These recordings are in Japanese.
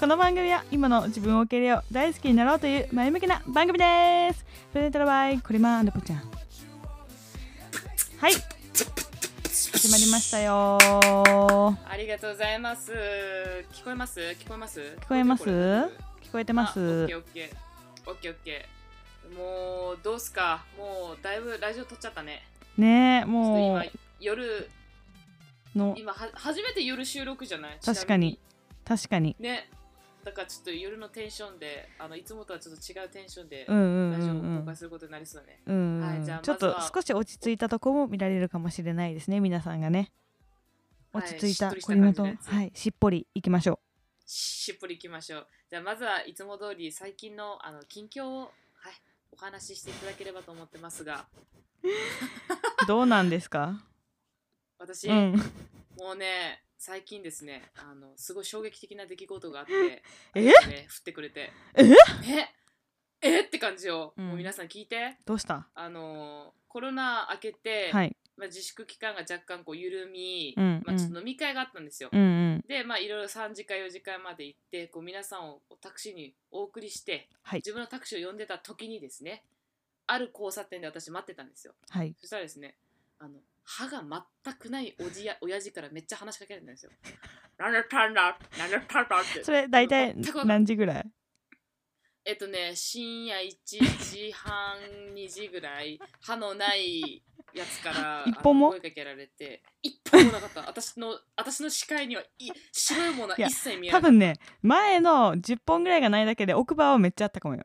この番組は今の自分を受け入れよう大好きになろうという前向きな番組ですプレゼントの場合これまールポちゃんはい始まりましたよ聞ありがとうございます。聞こえます聞こえます聞こえます聞こえてまオッすケーオッケー。オッケーオッケー。もう、どうすかもう、だいぶラジオ撮っちゃったね。ねえちょっとも今、夜、うの今は、初めて夜収録じゃない確かに。確かにちなみね。だからちょっと夜のテンションで、あのいつもとはちょっと違うテンションで、うんうんうラジオをんう公ん開することになりそうだね。うんはういんじゃあちょっとまずは少し落ち着いたとこも見られるかもしれないですね皆さんがねはい落ち着いたしっとりしたこれもと感じのやつはいしっぽりいきましょしっぽりいきましょう。じゃあまずはいつも通り最近のあの近況を、はい、お話ししていただければと思ってますが、うどうなんですか私、うんもうね、最近ですね、あのすごい衝撃的な出来事があって、 え私ね、振ってくれて、えええって感じを、うんもう皆さん聞いて、どうしたあのコロナ明けて、はいまあ、自粛期間が若干こう緩み、うんうんまあ、ちょっと飲み会があったんですよ。うんうんで、まあ、いろいろ3次会、4次会まで行って、こう皆さんをタクシーにお送りして、はい自分のタクシーを呼んでた時にですねある交差点で私待ってたんですよはいそしたらですねあの歯が全くないお じや親父からめっちゃ話しかけられたんですよ「何やったんだ何やったんだ」ってそれ大体全くわかんない何時ぐらいえっとね深夜1時半2時ぐらい歯のないやつから 一本もあの声かけられて一本もなかった私の私の視界にはい白いものはいや一切見えな多かった分ね前の10本ぐらいがないだけで奥歯はめっちゃあったかもよ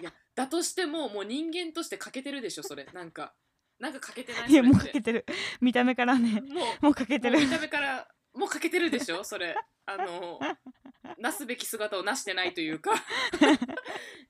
いやだとしてももう人間として欠けてるでしょそれなんかなんか欠けてないいやもうそかれっけてる見た目からねてもうもうかけてるもう見た目からもう欠けてるでしょそれあのなすべき姿をなしてないとい うか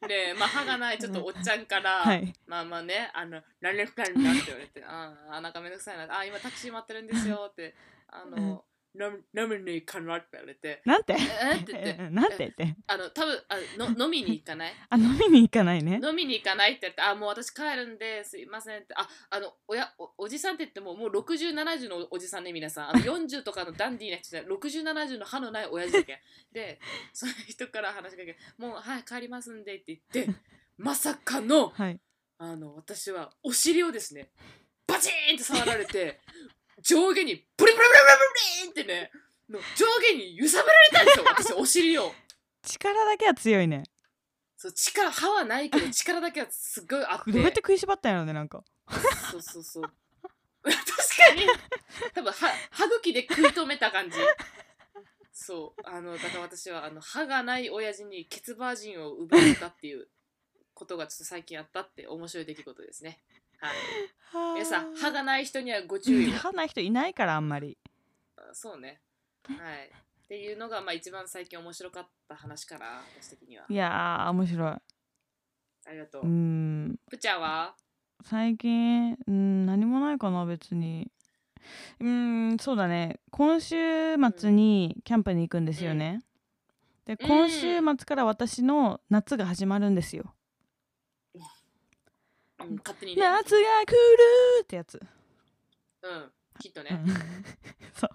で、まあ、歯がないちょっとおっちゃんから、はいまあまあねあの「ラレフランラ」って言われて「あーあなんかめんどくさいな」あ「今タクシー待ってるんですよ」って「あの飲む飲みに行かない」って言われてなんて「えっ?」って言ってえなんてってあの多分あの飲みに行かないあ飲みに行かないね飲みに行かないって言って「あもう私帰るんですいません」って「ああのおやおおじさんって言ってももう6070のおじさんね皆さんあの40とかのダンディーな人じゃない6070の歯のない親父だけでその人から話しかけ「もうはい帰りますんで」って言ってまさかのはいあの私はお尻をですねバチーンって触られて上下にブリブリブリブリブリーンってねの上下に揺さぶられたんですよ私お尻を。力だけは強いねそう力歯はないけど力だけはすごいあってどうやって食いしばったんやろねなんかそうそうそう。 確かに。多分は歯茎で食い止めた感じ。そう。あのだから私はあの歯がない親父にケツバージンを奪われたっていうことがちょっと最近あったって面白い出来事ですね。はい。皆さん歯がない人にはご注意を。歯ない人いないからあんまりそうね。はい。っていうのがまあ一番最近面白かった話から私的には。いやー面白いありがとうう。んぷちゃんは？最近うん何もないかな別にうんそうだね今週末にキャンプに行くんですよね、でうん今週末から私の夏が始まるんですよ、うん、勝手にね。夏が来るってやつ、うん。きっとうね。ん そう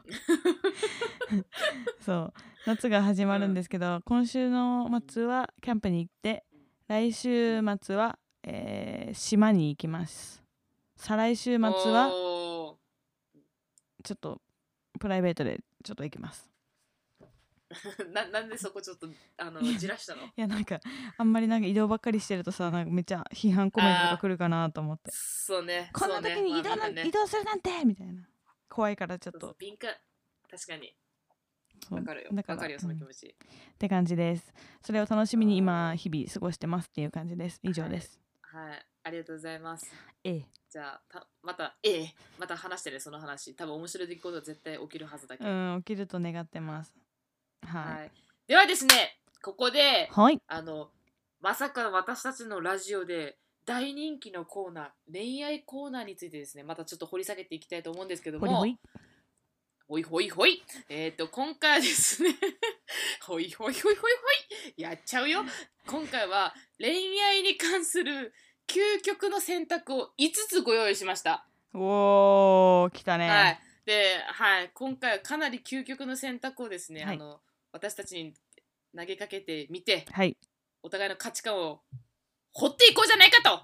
そう夏が始まるんですけど、今週の末はキャンプに行って来週末は、えー島に行きます再来週末はおーちょっとプライベートでちょっと行きます ななんでそこちょっとあのじらしたのいやなんかあんまりなんか移動ばっかりしてるとさなんかめっちゃ批判コメントが来るかなと思ってそうねこんな時に移動そうねまあなん、みんなね移動するなんてみたいな怖いからちょっそうとそう敏感確かにそうわかるよだわからかるよそのう気んっ持ち、て感じですそれを楽しみにう今ん日々過ごしてますっていう感じです以上です、はいありがとうございますええじゃあたまたええまた話してねその話多分面白い出来事は絶対起きるはずだけど、うん起きると願ってますははいではですねここでいはいあのまさか私たちのラジオで大人気のコーナー恋愛コーナーについてですねまたちょっと掘り下げていきたいと思うんですけどほもりほいほいほいほい。えっ、と、今回はですね、 ほいほいほいほいほい。やっちゃうよ。今回は恋愛に関する究極の選択を5つご用意しました。おー来たね、はい。で、はい。今回はかなり究極の選択をですね、はいあの、私たちに投げかけてみてはいお互いの価値観を掘っていこうじゃないかと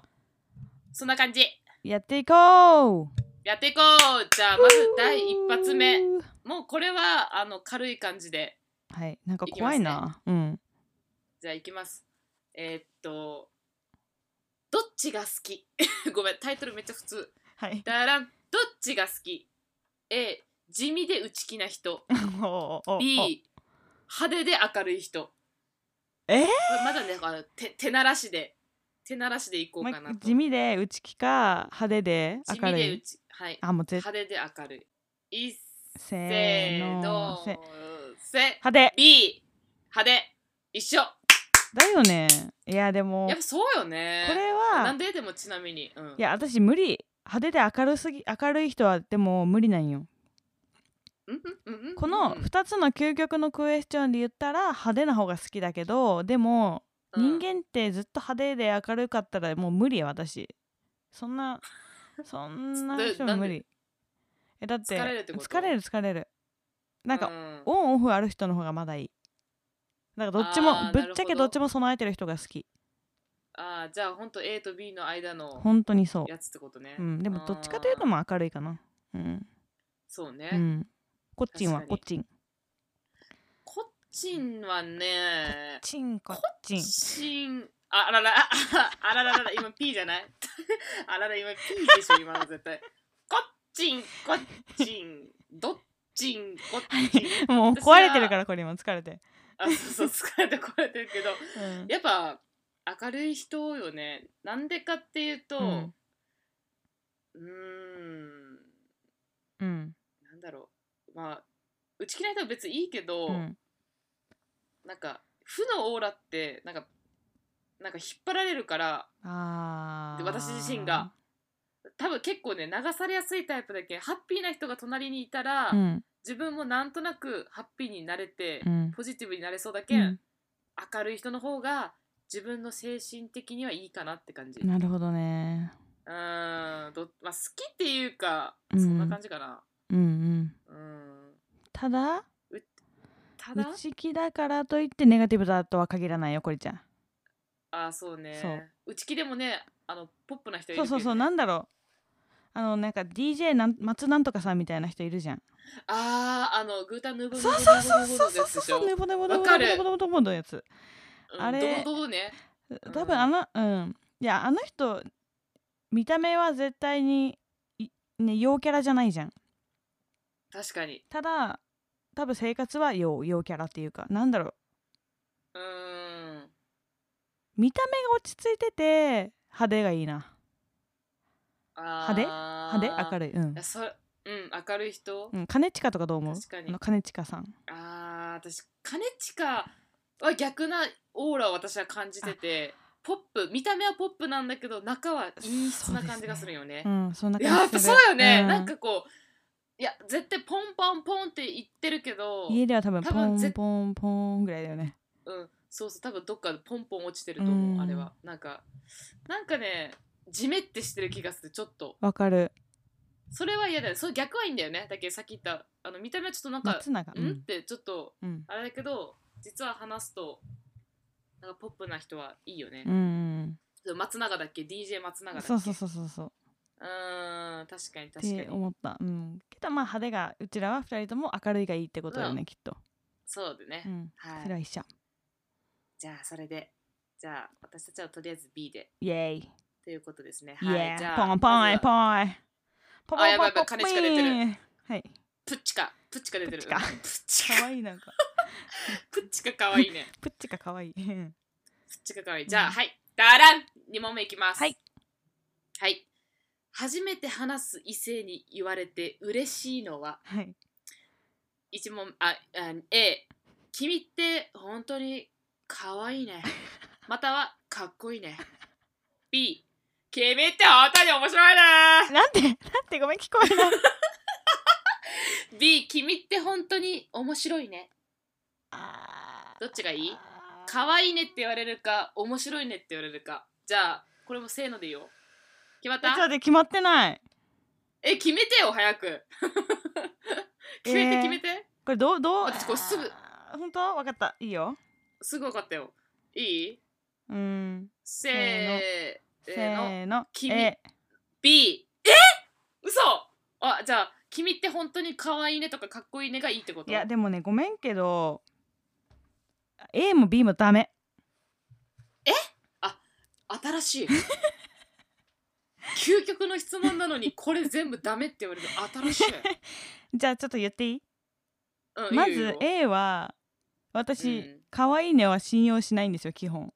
そんな感じやっていこうやっていこうじゃあまず第一発目もうこれはあの軽い感じではいなんか怖いなうんじゃあいきますえーっとどっちが好き ごめんタイトルめっちゃ普通 はいだらんどっちが好き A 地味で内気な人 B 派手で明るい人えーこれまだねあの手手慣らしで手慣らしでいこうかなと地味で内気か派手で地明る味でい内はいあもう絶派手で明るいいっせせーのーのせせ派手 B 派手一緒だよねいやでもやっぱそうよねこれなはんででもちなみに、うん、いや私無理派手で明るすぎ明るい人はでも無理なんようんうんうんうんこのうん2つの究極のクエスチョンで言ったら派手な方が好きだけどでもうん人間ってずっと派手で明るかったらもう無理よ私そんなそんな人も無理えだって疲れるってこと疲れる疲れるなんか、うんオンオフある人の方がまだいいなんかどっちもあーぶっちゃけなるほどどっちも備えてる人が好きああじゃあほんと A と B の間の本当にそやつってことねう、うん、でもどっちかというとあーまあ明るいかなうん、そうね、うん、こっちんは確こっかにちんここっちんはっねちんこっちこんっちんあらららああらららら今 P じゃない あらら今 P でしょ今の絶対こっちんこっちんどっちんこっち んもう私は壊れてるからこれ今疲れて、あそうそう疲れてこれてるけどうんやっぱ明るい人よねなんでかっていうとうんうーんうんなんだろうまあ内気な人は別にいいけど、うんなんか負のオーラってなんかなんか引っ張られるからあーで私自身が多分結構ね流されやすいタイプだけんハッピーな人が隣にいたら、うん自分もなんとなくハッピーになれて、うんポジティブになれそうだうけん、ん明るい人の方が自分の精神的にはいいかなって感じ、うーんなるほどねどまあ、好きっていうか、うんそんな感じかなうんうんうんただただ内気だからといってネガティブだとは限らないよこれちゃんあーそうねそう内気でもねあのポップな人いるそうけど、そね、うそうなんだろうあのなんか DJ なん松なんとかさんみたいな人いるじゃんあああのグータンヌーボーそうそうそうそうそうそうそううヌボヌボヌボわかるヌボヌボヌボのやつああれれどうどうね多分あのうんいやあの人見た目は絶対にいね陽キャラじゃないじゃん確かにただ多分生活は陽陽キャラっていうかなんだろううーん見た目が落ち着いてて派手がいいな派派手明るるいうんいやそれうん明るい人、うん、兼近とかどう思う確かにあの兼近さんあー私兼近は逆なオーラを私は感じててポップ見た目はポップなんだけど中は陰湿な感じがするよねうんそんなやや感っぱじすそるうよね、うんなんかこういや絶対ポンポンポンって言ってるけど家では多分多ポ分ン絶ポンポンぐらいだよねうん、そうそう多分どっかでポンポン落ちてると思う、うんあれはなんかなんかねじめってしてる気がするちょっとわかるそれは嫌だよそれ逆はいいんだよねだけどさっき言ったあの見た目はちょっとなんか松永「ん?」ってちょっとうんあれだけど実は話すとなんかポップな人はいいよねうんう、ん松永だっけ DJ 松永うんだっけそうそうそうそうそううーん確かにっ確かてに思ったうんけどまあ派手がうちらは2人とも明るいがいいってことだよね、うきっと、そうでね、うん、それははい一緒じゃあそれでじゃあ私たちはとりあえず B でイエイということですねイはいエじイゃあポンポまずンポはンポンあやばいやポばいン兼近出てるはいプッチカプッチカ出てるプッチカうんプッチカ可愛いなんかプッチカかわいいね。プッチが可愛いうんプッチカかわいい。んじゃあ、はい。ダラン !2 問目いきます。はい。はい。初めて話す異性に言われて嬉しいのははい一問ああ A 君って本当に可愛 いねまたはかっこいいね B 君って本当に面白い ねなんてなんてごめん聞こえない B 君って本当に面白いねあどっちがいいー可愛いねって言われるか面白いねって言われるかじゃあこれもせーのでいいよ決まっえちょたっと待って決まってないえ、決めてよ、早く。決めえて、ー決めて。これどうどう私これすぐあー本当わかったいいよすごかったよ。いいうんせーせの。ーの君え B。え嘘あ、じゃあ、君って本当に可愛いねとかかっこいいねがいいってこといやでもねごめんけど A も B もダメ 新しい究極の質問なのにこれ全部ダメって言われる新し い、じゃあちょっと言っていいうん、まいいよずいいよ A はう私ん可愛いねは信用しないんですよ基本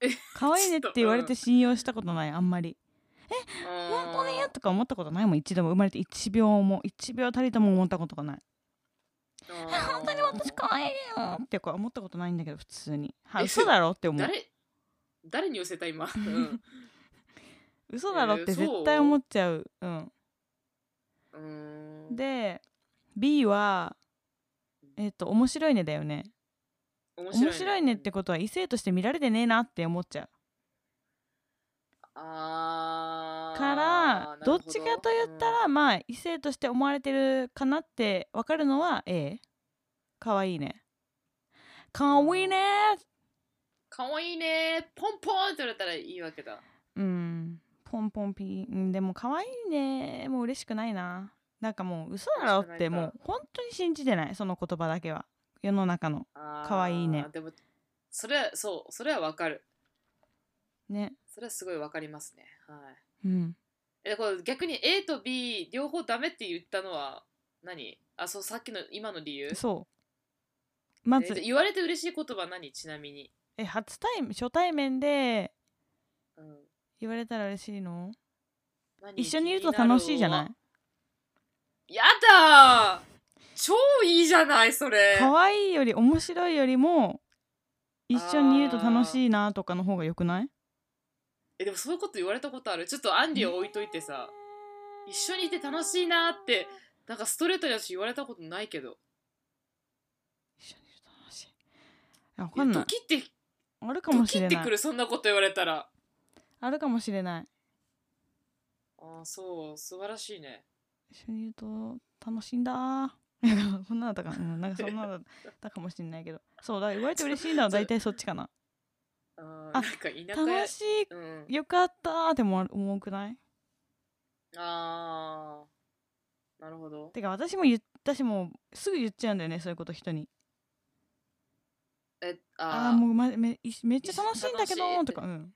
え可愛いねって言われて信用したことないあんまりうん本当ねとか思ったことないもん一度も生まれて1秒も1秒たりとも思ったことがないうん本当に私可愛いよってか思ったことないんだけど普通にはえ嘘だろって思う誰誰に寄せ た今、うん嘘だろっえてーそう絶対思っちゃううんうん、で B はえっ、と面白いねだよね面面白いねってことは異性として見られてねえなって思っちゃあうーからなるどほっちかと言ったら、まあ異性として思われてるかなって分かるのは A かわいいねかわいいね可愛、いいねポンポンって言われたらいいわけだうんポンポンピーうんでも可愛いねもう嬉しくないななんかもう嘘だろって嬉しくないもかう本当に信じてないその言葉だけは世の中のあー可愛いねでもそれはそうそれはわかるねそれはすごいわかりますねはういんえこれ逆に A と B 両方ダメって言ったのは何あそうさっきの今の理由そうまえず言われて嬉しい言葉何ちなみに、え初対面初対面でうん、言われたら嬉しいの何一緒にいると楽しいじゃないいやだー超いいじゃないそれ可愛いより面白いよりも一緒にいると楽しいなとかの方が良くないえでもそういうこと言われたことあるちょっとアンディを置いといてさ一緒にいて楽しいなってなんかストレートに私言われたことないけど一緒にいると楽しいいやわいかやんなドいキってあるかドもキしっれてなくいるそんなこと言われたらあるかもしれないああそう素晴らしいね一緒にいると楽しいんだー なんかこんなのだったか なうんなんかそんなのだったかもしれないけどそうだから言われて嬉しいのは大体そっちかなあーあなんか田舎や楽しいうんよかったーでも思うくないああ、なるほど。てか私も言ったしもうすぐ言っちゃうんだよねそういうこと人にえ、ああーあーもう、ま、めいめっちゃ楽しいんだけど楽しいーってとかうん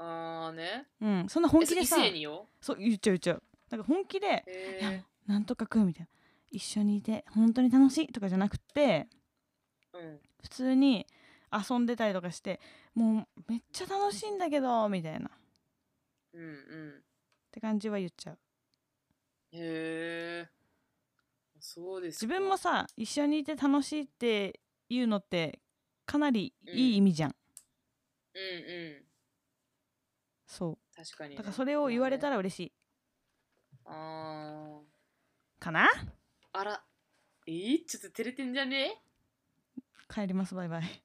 あーね。うんそんな本え気そうで異さ性によ。そう言っちゃう言っちゃうなんか本気で「いやえなんとかくん」みたいな「一緒にいて本当に楽しい」とかじゃなくてー、うん。普通に遊んでたりとかしてもうめっちゃ楽しいんだけどみたいなっうんうん。て感じは言っちゃうへえ。そうですか自分もさ一緒にいて楽しいっていうのってかなりいい意味じゃん、うんうん。そ確かうに、ね。だからそれを言われたら。ら嬉しいあかなあ。あら。えー、ちょっと照れてんじゃね帰りますバイバイ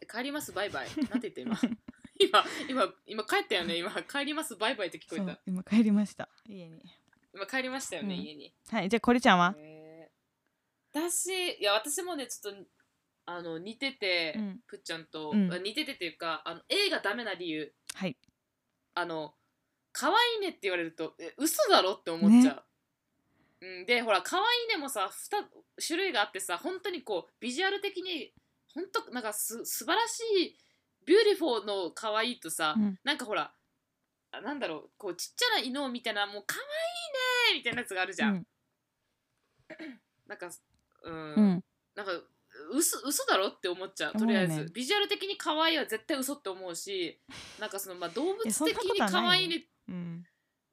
え帰ります、バイバイ。なんて言った今。 今、今、今帰ったよね。今、帰ります、バイバイって聞そこえうた。今帰りました家に今、帰りましたよね、うん家に。はいじゃあこれちゃんは、えー私いや私もねちょっとあの似てて、うんぷっちゃんと、うんあ似ててっていうかあの A がダメな理由はいあの可愛いねって言われるとえ嘘だろって思っちゃう、うん、でほら可愛いねもさ2種類があってさ本当にこうビジュアル的に本当なんかす素晴らしいビューティフォーの可愛いとさ、うんなんかほらあなんだろうこうちっちゃな犬みたいなもう可愛いねみたいなやつがあるじゃん、うんなんかうん、うんなんか嘘嘘だろって思っちゃう思とうりあねえず、ビジュアル的に可愛いは絶対嘘って思うしなんかそのまあ動物いや的そんなこにとはないよ可愛いねうん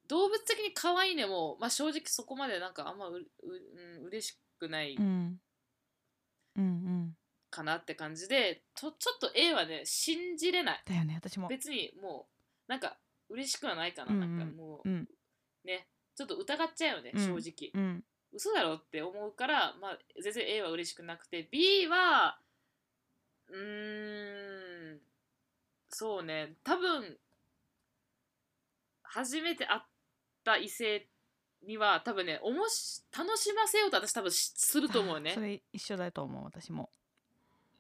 動物的に可愛いねもまあ正直そこまでなんかあんまうう、うん、嬉しくないうんうんうんかなって感じで、とちょっと A はね信じれないだよね私も別にもうなんか嬉しくはないかな、うんうんなんかもう、うんねちょっと疑っちゃうよね、うん正直、うん嘘だろって思うから、まあ、全然 A は嬉しくなくて B はうーんそうね多分初めて会った異性には多分ねおもし楽しませようと私多分しすると思う あそねれ一緒だと思う私も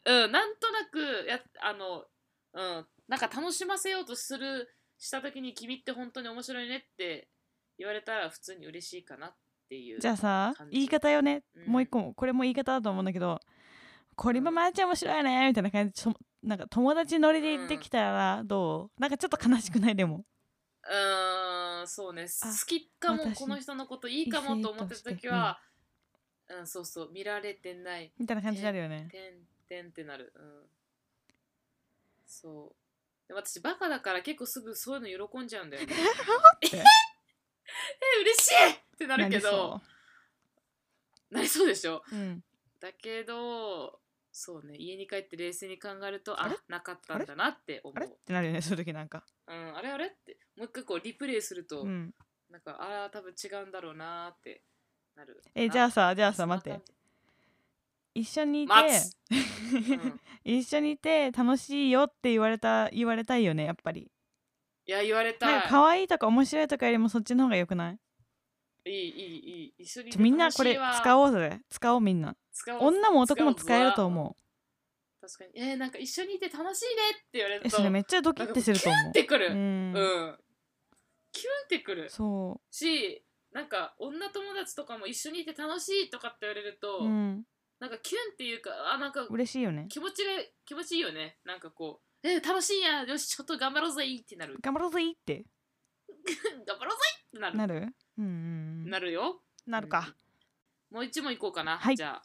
うん、なんとなくやあの、うん、なんか楽しませようとするした時に君って本当に面白いねって言われたら普通に嬉しいかなっていうじゃあさ感じ言い方よね、うんもう一個もこれも言い方だと思うんだけどこれもまーちゃん面白いねみたいな感じでとなんか友達ノリで言ってきたらどうなんかちょっと悲しくないでもうーんそうね好きかも私この人のこといいかもと思ってた時は、うん、そうそう見られてないみたいな感じになるよねてんてんってなるうんそうで私バカだから結構すぐそういうの喜んじゃうん だよねてえ嬉しいってなるけどななりそうでしょりそううんだけどそうね家に帰って冷静に考えるとああれなかったんだなって思うあれってなるよねそういう時なんかうん、あれあれってもう一回こうリプレイすると、うんなんかああ多分違うんだろうなーってなるえじゃあささじゃあさ待って一緒にいて待 つ、うん一緒にいて楽しいよって言われた言われたいよねやっぱりいや言われなんたかい可愛いとか面白いとかよりもそっちの方が良くないいいいいいい一緒にちょみんなこれ使おうおうぜ使おうみんな使おう女も男も使えると思確かにえー、なんか一緒にいて楽しいねって言われうえるとそれめっちゃドキッてすると思っうてくう、るうんん、キュンってくるそしなんか女友達とかも一緒にいて楽しいとかって言われると、う、うん、なんかキュンっていうかあなんか嬉しいよね気持ちが気持ちいいよねなんかこうえー、楽しいやよしちょっと頑張ろうぜってなる 頑張ろうぜいって頑張ろうぜってなるなるうんうんなるよなるか、もう一問いこうかな、はいじゃ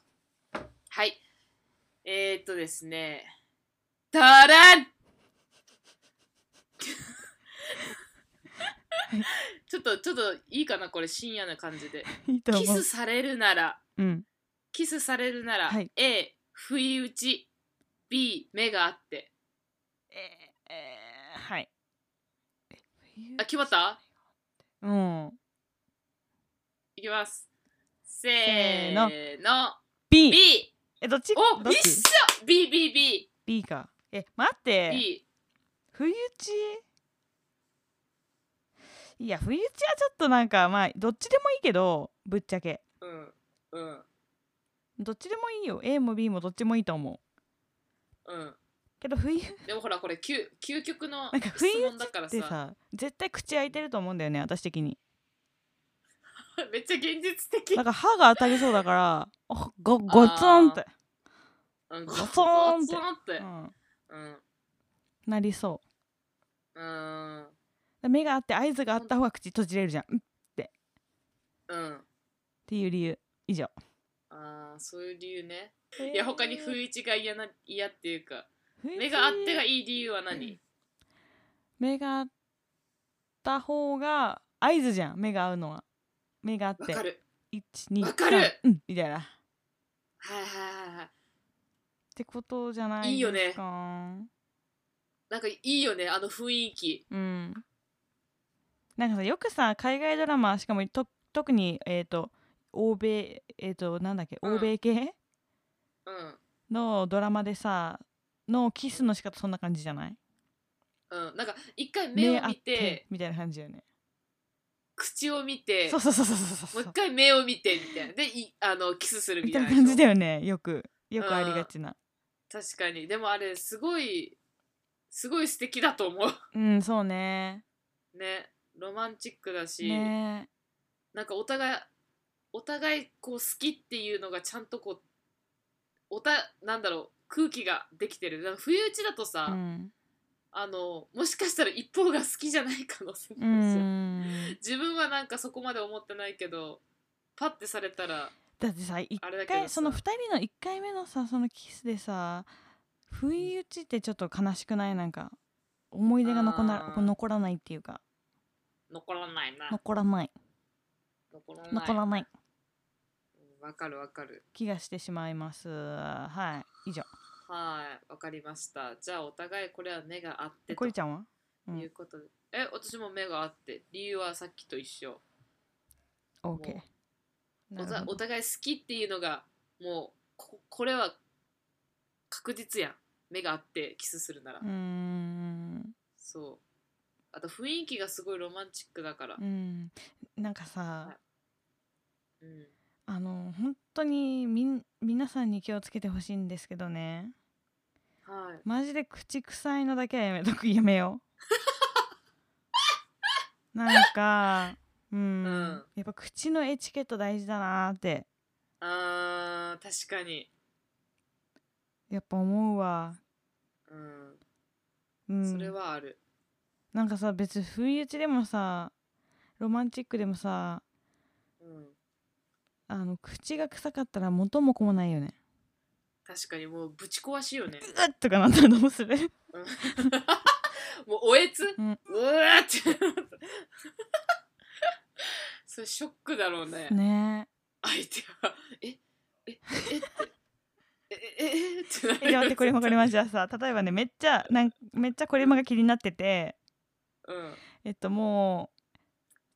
あはいえー、っとですねたらんちょっとちょっといいかなこれ深夜な感じでいいとキ思うスされるならうんキスされるなら、はい A 不意打ち B 目があってえー、えー、はいあ決まったうんいきますせーーのの B, B えどっちおどっ一ち緒 BBBB B かえ待ってい不意打ちいや不意打ちはちょっとなんかまあどっちでもいいけどぶっちゃけうんうんどっちでもいいよ A も B もどっちもいいと思ううんけど不意でもほらこれ究究極のなんか不意質問打だちからっさてさ絶対口開いてると思うんだよね私的に めっちゃ現実的なんか歯が当たりそうだからおごごつんって、うんゴツーンってゴツーンってうん、うんなりそううんで目があって合図があった方が口閉じれるじゃんうんっうんていう理由以上あーそういう理由ねいや他に不意打ちが嫌な嫌っていうか不意打ち目があってがいい理由は何目があった方が合図じゃん目が合うのは目があっわてかる123わかるうんみたいなっはいはいはいはいてことじゃないですかいいよねうなんかいいよねあの雰囲気んなんかさよくさ海外ドラマしかもと特にえっ、と欧米えっ、となんだっけうん欧米系うんのドラマでさのキスの仕方そんな感じじゃないうん、なんか一回目を合っ見てみたいな感じよね口を見てそうそうそうそうそうそもうう一回目を見てみたいなでいあのキスするみみたたいいなな感じだよねよくよくありがちな確かにでもあれすごいすごい素敵だと思う うんそうねねロマンチックだし、ねなんかお互いお互いこう好きっていうのがちゃんとこうおたなんだろう空気ができてるなんか不意打ちだとさ、うんあのもしかしたら一方が好きじゃない可能性もうあるじゃんん自分はなんかそこまで思ってないけどパッてされたらだってさ一あれだけど回さその2人の1回目のさそのキスでさ不意打ちってちょっと悲しくないなんか思い出が残なあー残らないっていうか残らないな残らない残らない残らないうんわかるわかる気がしてしまいますはい以上はいわかりましたじゃあお互いこれは目が合ってこりとちゃんはうんいうことで、え私も目が合って理由はさっきと一緒 OK なもおるたほどお互い好きっていうのがもうここれは確実やん目が合ってキスするなら、うーんそうあと雰囲気がすごいロマンチックだからうんなんかはさいうんあの本当にみん皆さんに気をつけてほしいんですけどねはい。マジで口臭いのだけはやめとくやめよ うなんかうん、うんやっぱ口のエチケット大事だなーってあー、確かに。やっぱ思うわ、うん。うん、それはある。なんかさ別に不意打ちでもさロマンチックでもさうん。あの口が臭かったら元も子もないよね確かにもうぶち壊しよね。うわっとかなったらどうするもうおえつ、うんわーって。 それショックだろうね。ね相手は、え、 え、え、えって。え、え、え、えってなるえじゃあ待ってこれ分かりましたさ例えばねめっちゃなんめっちゃこれまが気になっててうん。えっとも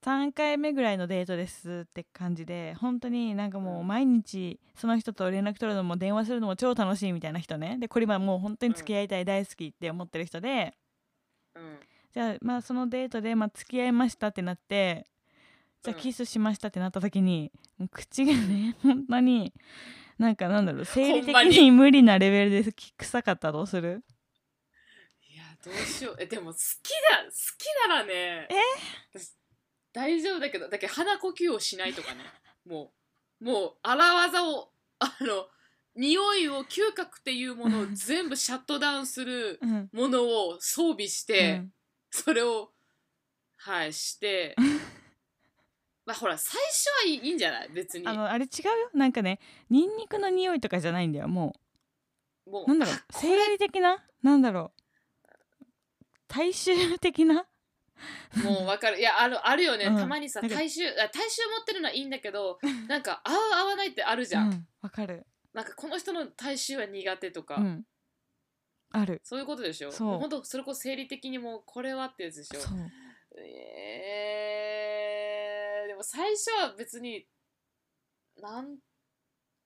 う3回目ぐらいのデートですって感じで本当になんかもう毎日その人と連絡取るのも電話するのも超楽しいみたいな人ねでこれまもう本当に付き合いたい大好きって思ってる人で、うん。じゃあまあそのデートで、まあ、付き合いましたってなってじゃあうんキスしましたってなった時に、もう口がね本当になんかなんだろう生理ほん的まにに無理なレベルで臭かったらどうするいや、どうしよう。え、でも好きだ、好きならね。え私大丈夫だけど、だけど鼻呼吸をしないとかね。もう、もう、荒技を、あの、匂いを嗅覚っていうものを全部シャットダウンするうん、ものを装備しうて、んそれをは いしてまあほら最初はいいいいんじゃない別にあものあれ違うよなんかねニンニクの匂いとかじゃないんだよもううなんだろうあこ生理的ななんだろう大衆的なれ もうわかるいやあるあるよね、うんたまにさなんか体臭あ体臭持ってるのはいいんだ けどなんか合う合わないってあるじゃん、うんわかるなんかこの人の体臭は苦手とか、うんあるそういうことでしょそうもうほんとそれこそ生理的にもうこれはってやつでしょそうえー、でも最初は別になん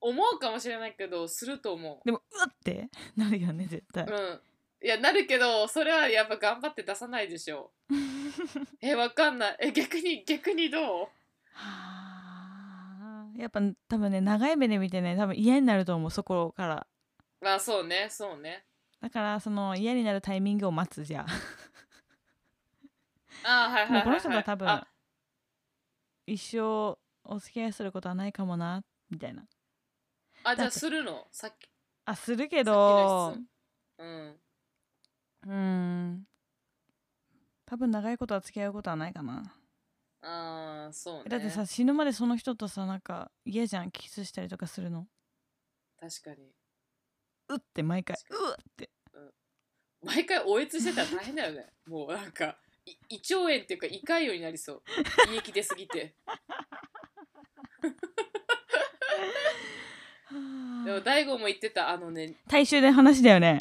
思うかもしれないけどすると思うでもうわってなるよね絶対うん。いや、なるけど、それはやっぱ頑張って出さないでしょ。 え、わかんない。え、逆に、逆にどうはあやっぱ多分ね長い目で見てね多分嫌になると思うそこからまあ、そうね、そうね。だからその嫌になるタイミングを待つじゃあーはあいはいはい、はも。いうこの人とは多分あ一生お付き合いすることはないかもなみたいなあ、じだゃっあてするのさっき。あするけさっどきの質うーん多分長いことは付き合うことはないかな問。うん。ああ、そうね。だってさ死ぬまでその人とさなんか嫌じゃんキスしたりとかするの確かに。うって毎回確うわって毎回、おえつしてたら大変だよね。 もうなんか、い胃腸炎っていうか、胃潰瘍になりそう。胃液出すぎ て。でも、大悟も言ってた、あのね、大衆で話だよね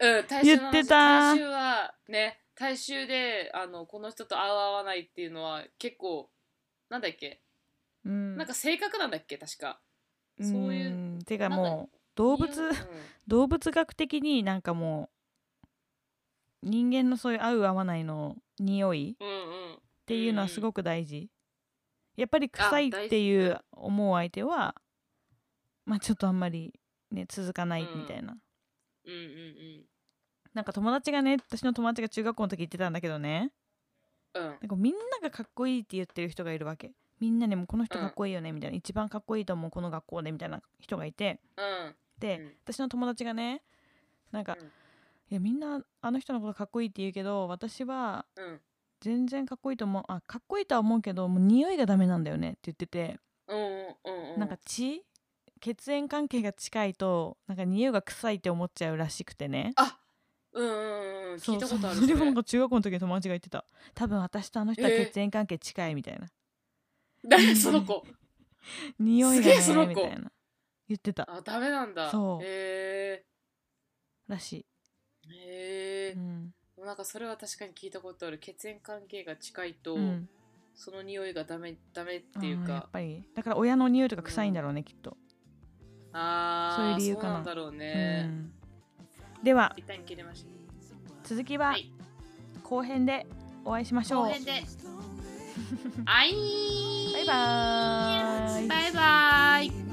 うん、大衆の話言ってた大衆はね大衆であのこの人と合う合わないっていうのは結構なんだっけ、うんなんか性格なんだっけ確かそういううんてかなんもう動物うん動物学的になんかもう人間のそういう合う合わないの匂いっうんうんていうのはすごく大事やっぱり臭いっていう思う相手はまあちょっとあんまりね続かないみたいなうんうんなんか友達がね私の友達が中学校の時言ってたんだけどねうんうんなんかみんながかっこいいって言ってる人がいるわけみんなにもこの人かっこいいよねみたいな、一番かっこいいと思うこの学校でみたいな人がいてうんで、うん私の友達がねなんか、うんいやみんなあの人のことかっこいいって言うけど私はうん全然かっこいいと思うあかっこいいとは思うけどもう匂いがダメなんだよねって言ってて、うんうんうんなんか血血縁関係が近いとなんか匂いが臭いって思っちゃうらしくてねあうんうんうん聞いたことあるそうそうそれ もなそれんか中学校の時の友達が言ってた多分私とあの人はえー血縁関係近いみたいな、誰 その子匂いがすげえねその子みたいな言ってたあダメなんだそうへらしえへい、うんえなんかそれは確かに聞いたことある血縁関係が近いと、うん、その匂いがダメダメっていうあーやかっぱりだから親の匂いとか臭いんだろうね、きっと、ああそういう理由かななんだろうね、うんでは一旦切れました続きははい後編でお会いしましょう、後 編であいバイバーイバイバイ